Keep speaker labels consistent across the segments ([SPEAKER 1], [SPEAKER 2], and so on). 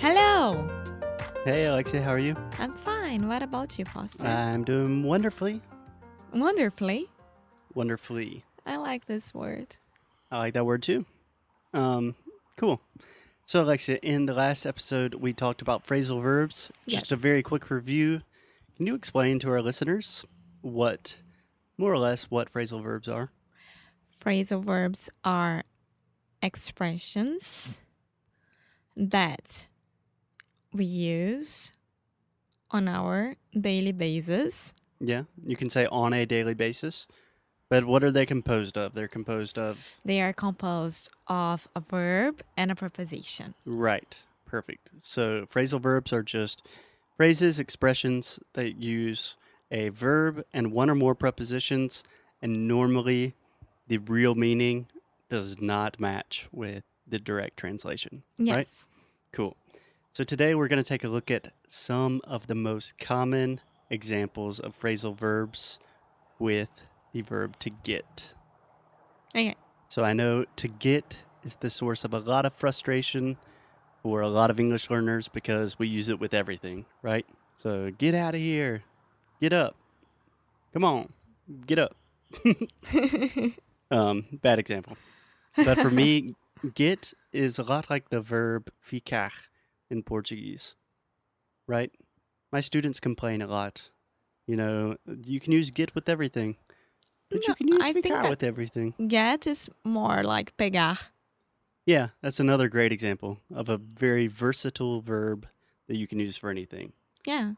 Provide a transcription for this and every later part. [SPEAKER 1] Hello,
[SPEAKER 2] Hey Alexia, how are you?
[SPEAKER 1] I'm fine. What about you, Foster?
[SPEAKER 2] I'm doing wonderfully.
[SPEAKER 1] Wonderfully.
[SPEAKER 2] Wonderfully.
[SPEAKER 1] I like this word.
[SPEAKER 2] I like that word too. Um, cool. So, Alexia, in the last episode, we talked about phrasal verbs. Just a
[SPEAKER 1] Yes.
[SPEAKER 2] very quick review. Can you explain to our listeners what, more or less, what phrasal verbs are?
[SPEAKER 1] Phrasal verbs are expressions that we use on our daily basis.
[SPEAKER 2] Yeah, you can say on a daily basis. But what are they composed of? They're composed of
[SPEAKER 1] They are composed of a verb and a preposition.
[SPEAKER 2] right. Perfect. So, phrasal verbs are just phrases, expressions that use a verb and one or more prepositions, and normally the real meaning does not match with the direct translation. Right?
[SPEAKER 1] Yes.
[SPEAKER 2] Cool. So today we're going to take a look at some of the most common examples of phrasal verbs with the verb to get.
[SPEAKER 1] Okay.
[SPEAKER 2] So I know to get is the source of a lot of frustration for a lot of English learners because we use it with everything, right? So get out of here. Get up. Come on. Get up. Um, bad example. But for me, get is a lot like the verb ficar in Portuguese, right? My students complain a lot. You know, you can use get with everything, but you
[SPEAKER 1] No,
[SPEAKER 2] can use
[SPEAKER 1] I think
[SPEAKER 2] ficar
[SPEAKER 1] that-
[SPEAKER 2] with everything.
[SPEAKER 1] Get is more like pegar.
[SPEAKER 2] Yeah, that's another great example of a very versatile verb that you can use for anything.
[SPEAKER 1] Yeah.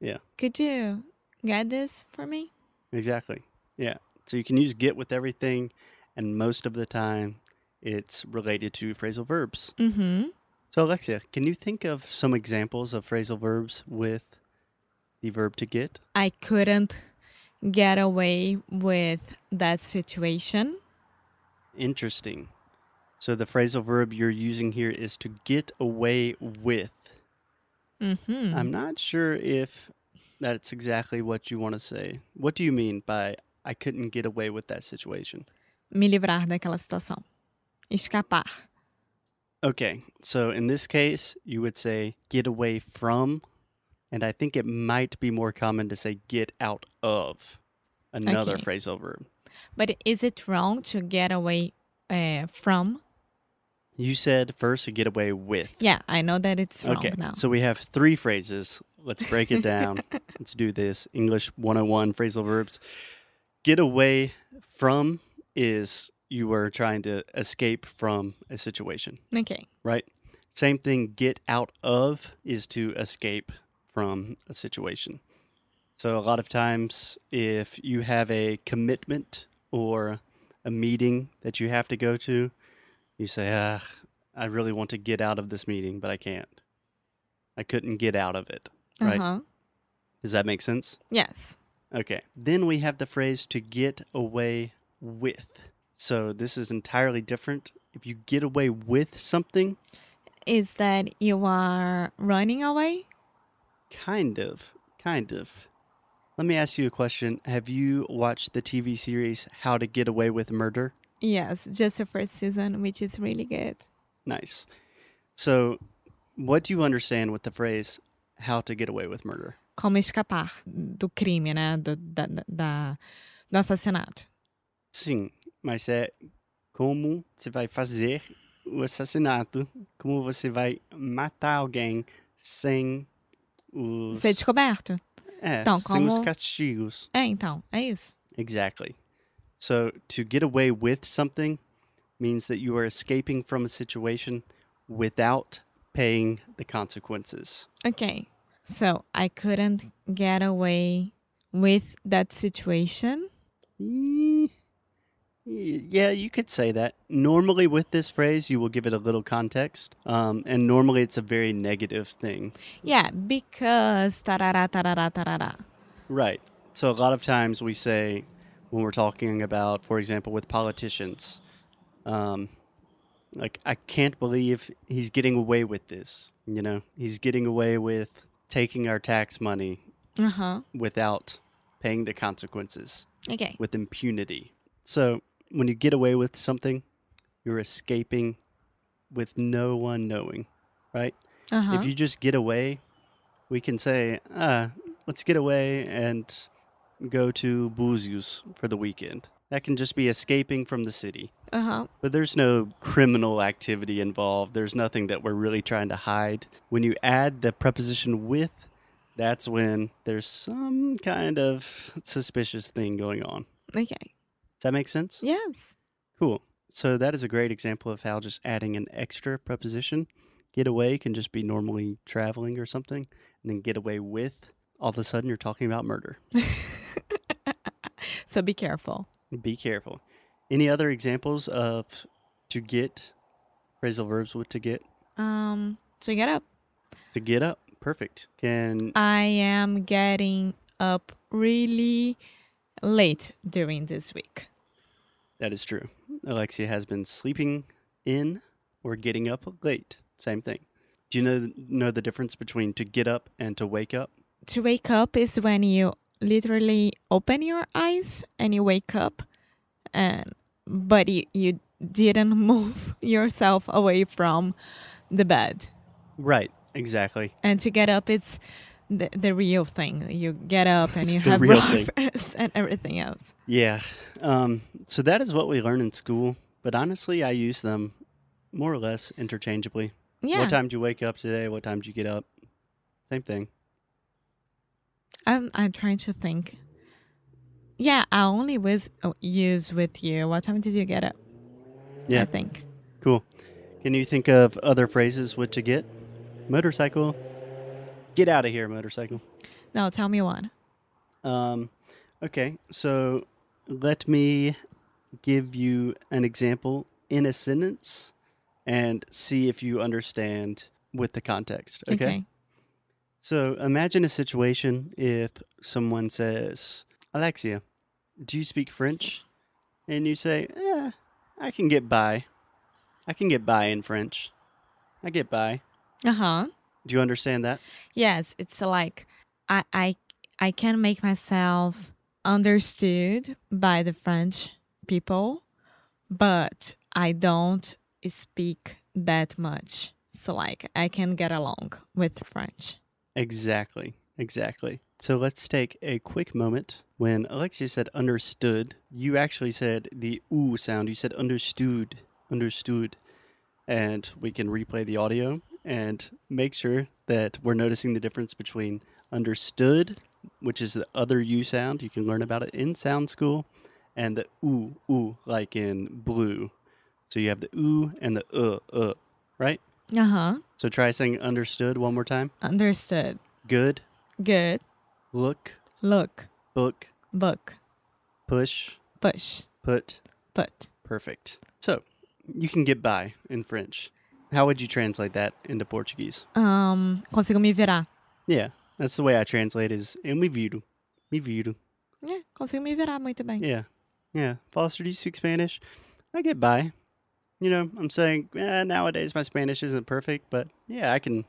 [SPEAKER 2] Yeah.
[SPEAKER 1] Could you get this for me?
[SPEAKER 2] Exactly. Yeah. So you can use get with everything, and most of the time it's related to phrasal verbs.
[SPEAKER 1] Mm hmm.
[SPEAKER 2] So, Alexia, can you think of some examples of phrasal verbs with the verb to get?
[SPEAKER 1] I couldn't get away with that situation.
[SPEAKER 2] Interesting. So, the phrasal verb you're using here is to get away with.
[SPEAKER 1] Mm-hmm.
[SPEAKER 2] I'm not sure if that's exactly what you want to say. What do you mean by I couldn't get away with that situation?
[SPEAKER 1] Me livrar daquela situação. Escapar.
[SPEAKER 2] Okay, so in this case, you would say get away from, and I think it might be more common to say get out of another
[SPEAKER 1] Okay.
[SPEAKER 2] phrasal verb.
[SPEAKER 1] But is it wrong to get away uh, from?
[SPEAKER 2] You said first get away with.
[SPEAKER 1] Yeah, I know that it's wrong
[SPEAKER 2] Okay,
[SPEAKER 1] now.
[SPEAKER 2] so we have three phrases. Let's break it down. Let's do this. English 101 phrasal verbs. Get away from is you were trying to escape from a situation,
[SPEAKER 1] Okay.
[SPEAKER 2] right? Same thing, get out of is to escape from a situation. So, a lot of times, if you have a commitment or a meeting that you have to go to, you say, ah, I really want to get out of this meeting, but I can't. I couldn't get out of it. Right.
[SPEAKER 1] Uh-huh.
[SPEAKER 2] Does that make sense?
[SPEAKER 1] Yes.
[SPEAKER 2] Okay. Then we have the phrase to get away with. So, this is entirely different. If you get away with something,
[SPEAKER 1] Is that you are running away?
[SPEAKER 2] Kind of. Kind of. Let me ask you a question. Have you watched the TV series How to Get Away with Murder?
[SPEAKER 1] Yes, just the first season, which is really good.
[SPEAKER 2] Nice. So, what do you understand with the phrase how to get away with murder?
[SPEAKER 1] Como escapar do crime, né? Do, da, da- da, do assassinato.
[SPEAKER 2] Sim, mas é como você vai fazer o assassinato, como você vai matar alguém sem os,
[SPEAKER 1] Ser descoberto.
[SPEAKER 2] é,
[SPEAKER 1] então,
[SPEAKER 2] sem os
[SPEAKER 1] como-
[SPEAKER 2] castigos.
[SPEAKER 1] É, então, é isso.
[SPEAKER 2] Exactly. So to get away with something means that you are escaping from a situation without paying the consequences.
[SPEAKER 1] Okay. So I couldn't get away with that situation.
[SPEAKER 2] Mm, Y- Yeah, you could say that. Normally, with this phrase, you will give it a little context, um, and normally it's a very negative thing.
[SPEAKER 1] Yeah, because tarara tarara tarara.
[SPEAKER 2] Right. So a lot of times we say when we're talking about, for example, with politicians, um, like I can't believe he's getting away with this. You know, he's getting away with taking our tax money
[SPEAKER 1] Uh huh.
[SPEAKER 2] without paying the consequences
[SPEAKER 1] Okay.
[SPEAKER 2] with impunity. So when you get away with something, you're escaping with no one knowing, right?
[SPEAKER 1] Uh huh.
[SPEAKER 2] If you just get away, we can say, ah, let's get away and go to Buzius for the weekend. That can just be escaping from the city.
[SPEAKER 1] Uh huh.
[SPEAKER 2] But there's no criminal activity involved. There's nothing that we're really trying to hide. When you add the preposition with, that's when there's some kind of suspicious thing going on.
[SPEAKER 1] Okay.
[SPEAKER 2] Does that make sense?
[SPEAKER 1] Yes.
[SPEAKER 2] Cool. So that is a great example of how just adding an extra preposition, get away can just be normally traveling or something, and then get away with, all of a sudden you're talking about murder.
[SPEAKER 1] So be careful.
[SPEAKER 2] Be careful. Any other examples of to get, phrasal verbs with to get?
[SPEAKER 1] Um. So get up.
[SPEAKER 2] To get up. Perfect. Can
[SPEAKER 1] I am getting up really late during this week.
[SPEAKER 2] that is true. Alexia has been sleeping in or getting up late. Same thing. Do you know know the difference between to get up and to wake up?
[SPEAKER 1] To wake up is when you literally open your eyes and you wake up, and but you, you didn't move yourself away from the bed.
[SPEAKER 2] Right. Exactly.
[SPEAKER 1] And to get up, it's the, the real thing. You get up and
[SPEAKER 2] It's
[SPEAKER 1] you
[SPEAKER 2] the
[SPEAKER 1] have
[SPEAKER 2] real thing.
[SPEAKER 1] breakfast and everything else.
[SPEAKER 2] Yeah. Um, so that is what we learn in school. But honestly, I use them more or less interchangeably.
[SPEAKER 1] Yeah,
[SPEAKER 2] What time did you wake up today? What time did you get up? Same thing.
[SPEAKER 1] I'm I'm trying to think. Yeah, I only was oh, use with you. What time did you get up? I
[SPEAKER 2] Yeah.
[SPEAKER 1] think.
[SPEAKER 2] Cool. Can you think of other phrases with to get? Motorcycle. Get out of here, motorcycle.
[SPEAKER 1] No, tell me one.
[SPEAKER 2] Um, okay. So let me give you an example in a sentence and see if you understand with the context. okay. So imagine a situation if someone says, Alexia, do you speak French? And you say, eh, I can get by. I can get by in French. I get by.
[SPEAKER 1] Uh huh.
[SPEAKER 2] Do you understand that?
[SPEAKER 1] Yes, it's like I I I can make myself understood by the French people, but I don't speak that much. So like I can get along with French.
[SPEAKER 2] Exactly. Exactly. So let's take a quick moment. When Alexia said understood, you actually said the ooh sound. You said understood. Understood. And we can replay the audio and make sure that we're noticing the difference between understood, which is the other U sound. You can learn about it in sound school, and the ooh, ooh, like in blue. So you have the ooh and the uh, uh, right?
[SPEAKER 1] Uh huh.
[SPEAKER 2] So try saying understood one more time.
[SPEAKER 1] Understood.
[SPEAKER 2] Good,
[SPEAKER 1] Good.
[SPEAKER 2] look,
[SPEAKER 1] Look.
[SPEAKER 2] book,
[SPEAKER 1] Book.
[SPEAKER 2] push,
[SPEAKER 1] Push.
[SPEAKER 2] put.
[SPEAKER 1] Put.
[SPEAKER 2] Perfect. So you can get by in French. How would you translate that into Portuguese?
[SPEAKER 1] Um. Consigo me virar.
[SPEAKER 2] Yeah, that's the way I translate is eu me viro. Me viro.
[SPEAKER 1] Yeah. Consigo me virar muito bem.
[SPEAKER 2] Yeah. Yeah. Foster, do you speak Spanish? I get by. You know, I'm saying eh, nowadays my Spanish isn't perfect, but yeah, I can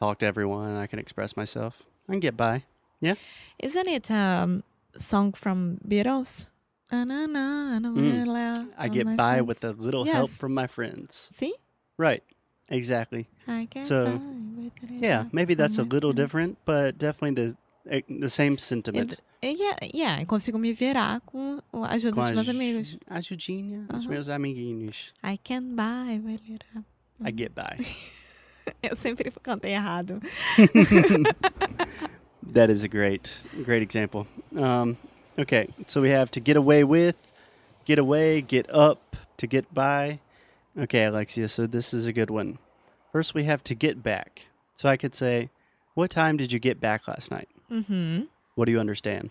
[SPEAKER 2] talk to everyone. I can express myself. I can get by.
[SPEAKER 1] Isn't it um song from Beatles? Ah, na, na, na,
[SPEAKER 2] Mm.
[SPEAKER 1] la, la,
[SPEAKER 2] I
[SPEAKER 1] all
[SPEAKER 2] get
[SPEAKER 1] my
[SPEAKER 2] by
[SPEAKER 1] friends.
[SPEAKER 2] with a little help
[SPEAKER 1] Yes.
[SPEAKER 2] from my friends.
[SPEAKER 1] See?
[SPEAKER 2] Right. Exactly.
[SPEAKER 1] I get
[SPEAKER 2] So,
[SPEAKER 1] by with a little
[SPEAKER 2] Yeah,
[SPEAKER 1] help
[SPEAKER 2] maybe
[SPEAKER 1] from
[SPEAKER 2] that's a
[SPEAKER 1] my
[SPEAKER 2] little
[SPEAKER 1] friends.
[SPEAKER 2] different, but definitely the eh, the same sentiment.
[SPEAKER 1] It, eh, yeah, yeah, eu consigo me virar com a ajuda
[SPEAKER 2] Com
[SPEAKER 1] dos meus
[SPEAKER 2] as-
[SPEAKER 1] amigos.
[SPEAKER 2] ajudinha, os
[SPEAKER 1] Aham.
[SPEAKER 2] meus amiguinhos.
[SPEAKER 1] I can buy with a little help.
[SPEAKER 2] I get by.
[SPEAKER 1] Eu sempre cantei errado.
[SPEAKER 2] that is a great great example. Um, okay, so we have to get away with, get away, get up, to get by. Okay, Alexia, so this is a good one. First, we have to get back. So I could say, "What time did you get back last night?"
[SPEAKER 1] Uhum.
[SPEAKER 2] What do you understand?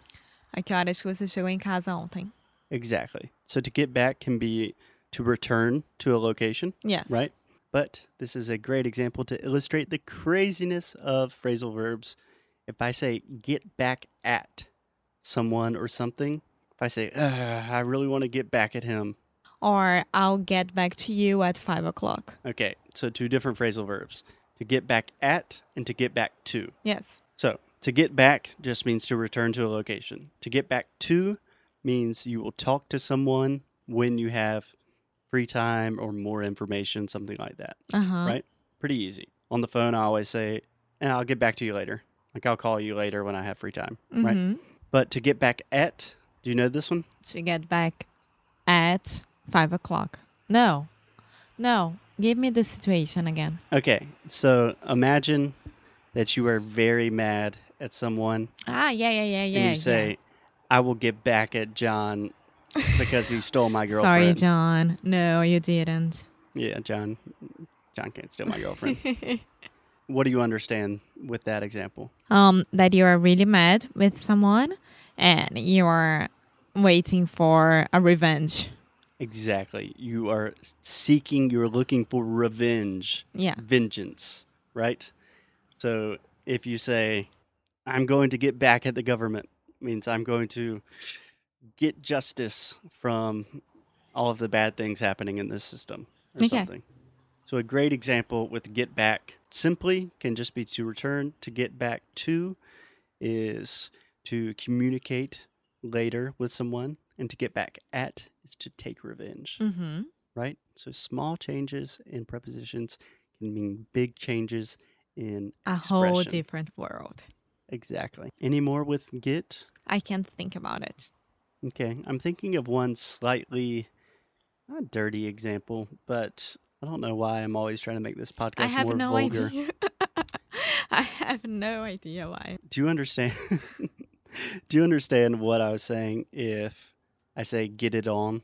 [SPEAKER 1] A que horas que você chegou em casa ontem?
[SPEAKER 2] Exactly. So to get back can be to return to a location,
[SPEAKER 1] Yes.
[SPEAKER 2] right? But this is a great example to illustrate the craziness of phrasal verbs. If I say get back at someone or something, if I say, "Ugh, I really want to get back at him,
[SPEAKER 1] Or I'll get back to you at five o'clock.
[SPEAKER 2] Okay, so two different phrasal verbs to get back at and to get back to.
[SPEAKER 1] Yes.
[SPEAKER 2] So, to get back just means to return to a location. To get back to means you will talk to someone when you have free time or more information, something like that.
[SPEAKER 1] Uh huh.
[SPEAKER 2] Right? Pretty easy. On the phone, I always say, "Eh, I'll get back to you later. Like, I'll call you later when I have free time. Right?
[SPEAKER 1] hmm
[SPEAKER 2] But to get back at, do you know this one?
[SPEAKER 1] To get back at five o'clock. No. No. Give me the situation again.
[SPEAKER 2] Okay, so imagine that you are very mad at someone
[SPEAKER 1] Ah, yeah, yeah, yeah, yeah.
[SPEAKER 2] and you say, "I will get back at John because he stole my
[SPEAKER 1] yeah.
[SPEAKER 2] girlfriend."
[SPEAKER 1] Sorry, John. No, you didn't.
[SPEAKER 2] Yeah, John. John can't steal my girlfriend. what do you understand with that example?
[SPEAKER 1] um, that you are really mad with someone and you are waiting for a revenge.
[SPEAKER 2] Exactly. You are seeking. You are looking for revenge,
[SPEAKER 1] Yeah.
[SPEAKER 2] vengeance, right? So if you say, "I'm going to get back at the government," means I'm going to get justice from all of the bad things happening in this system or
[SPEAKER 1] Okay.
[SPEAKER 2] something. So a great example with get back simply can just be to return to get back to is to communicate later with someone and to get back at is to take revenge,
[SPEAKER 1] Mm-hmm.
[SPEAKER 2] right? So small changes in prepositions can mean big changes in
[SPEAKER 1] A whole
[SPEAKER 2] expression.
[SPEAKER 1] different world.
[SPEAKER 2] Exactly. Any more with get?
[SPEAKER 1] I can't think about it.
[SPEAKER 2] Okay, I'm thinking of one slightly not dirty example, but I don't know why I'm always trying to make this podcast
[SPEAKER 1] I have
[SPEAKER 2] more
[SPEAKER 1] no
[SPEAKER 2] vulgar.
[SPEAKER 1] idea. I have no idea why.
[SPEAKER 2] Do you understand? Do you understand what I was saying? If I say get it on,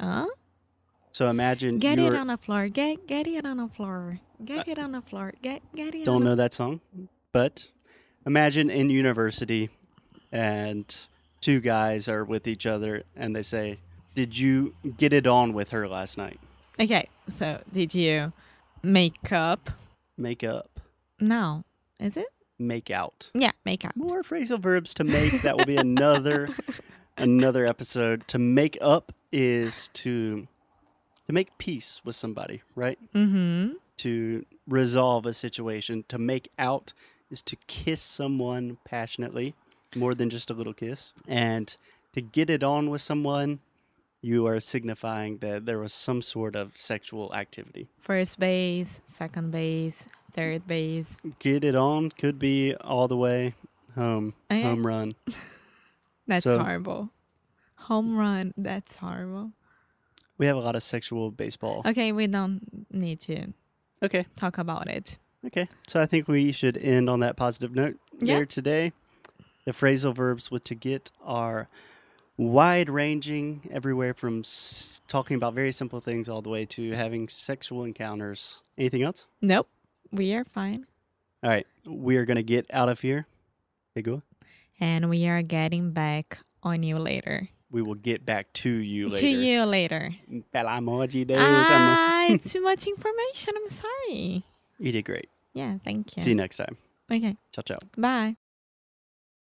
[SPEAKER 1] Huh?
[SPEAKER 2] so imagine
[SPEAKER 1] Get
[SPEAKER 2] you're,
[SPEAKER 1] it on the floor. Get get it on the floor. Get it on the floor. Get get it.
[SPEAKER 2] don't
[SPEAKER 1] on
[SPEAKER 2] know that song, but imagine in university, and two guys are with each other, and they say, "Did you get it on with her last night?"
[SPEAKER 1] The... Okay. So did you make up?
[SPEAKER 2] Make up,
[SPEAKER 1] No. Is it?
[SPEAKER 2] make out.
[SPEAKER 1] Yeah, make up.
[SPEAKER 2] more phrasal verbs to make that will be another another episode to make up is to to make peace with somebody right
[SPEAKER 1] Mm-hmm.
[SPEAKER 2] to resolve a situation to make out is to kiss someone passionately more than just a little kiss and to get it on with someone you are signifying that there was some sort of sexual activity
[SPEAKER 1] First base, second base, third base.
[SPEAKER 2] get it on could be all the way home
[SPEAKER 1] Okay.
[SPEAKER 2] home run
[SPEAKER 1] That's
[SPEAKER 2] So-
[SPEAKER 1] horrible. Home run. That's horrible.
[SPEAKER 2] we have a lot of sexual baseball
[SPEAKER 1] Okay, we don't need to
[SPEAKER 2] okay
[SPEAKER 1] talk about it.
[SPEAKER 2] Okay. So I think we should end on that positive note
[SPEAKER 1] Yeah.
[SPEAKER 2] there today. The phrasal verbs with to get are wide ranging, everywhere from s- talking about very simple things all the way to having sexual encounters. Anything else?
[SPEAKER 1] Nope. We are fine.
[SPEAKER 2] All right. We are going to get out of here. Bigua.
[SPEAKER 1] And we are getting back on you later.
[SPEAKER 2] We will get back to you later.
[SPEAKER 1] To you later.
[SPEAKER 2] Pela amor de Deus, amor.
[SPEAKER 1] Ah, it's too much information. I'm sorry.
[SPEAKER 2] You did great.
[SPEAKER 1] Yeah, thank you.
[SPEAKER 2] See you next time.
[SPEAKER 1] Okay,
[SPEAKER 2] Ciao, ciao.
[SPEAKER 1] bye.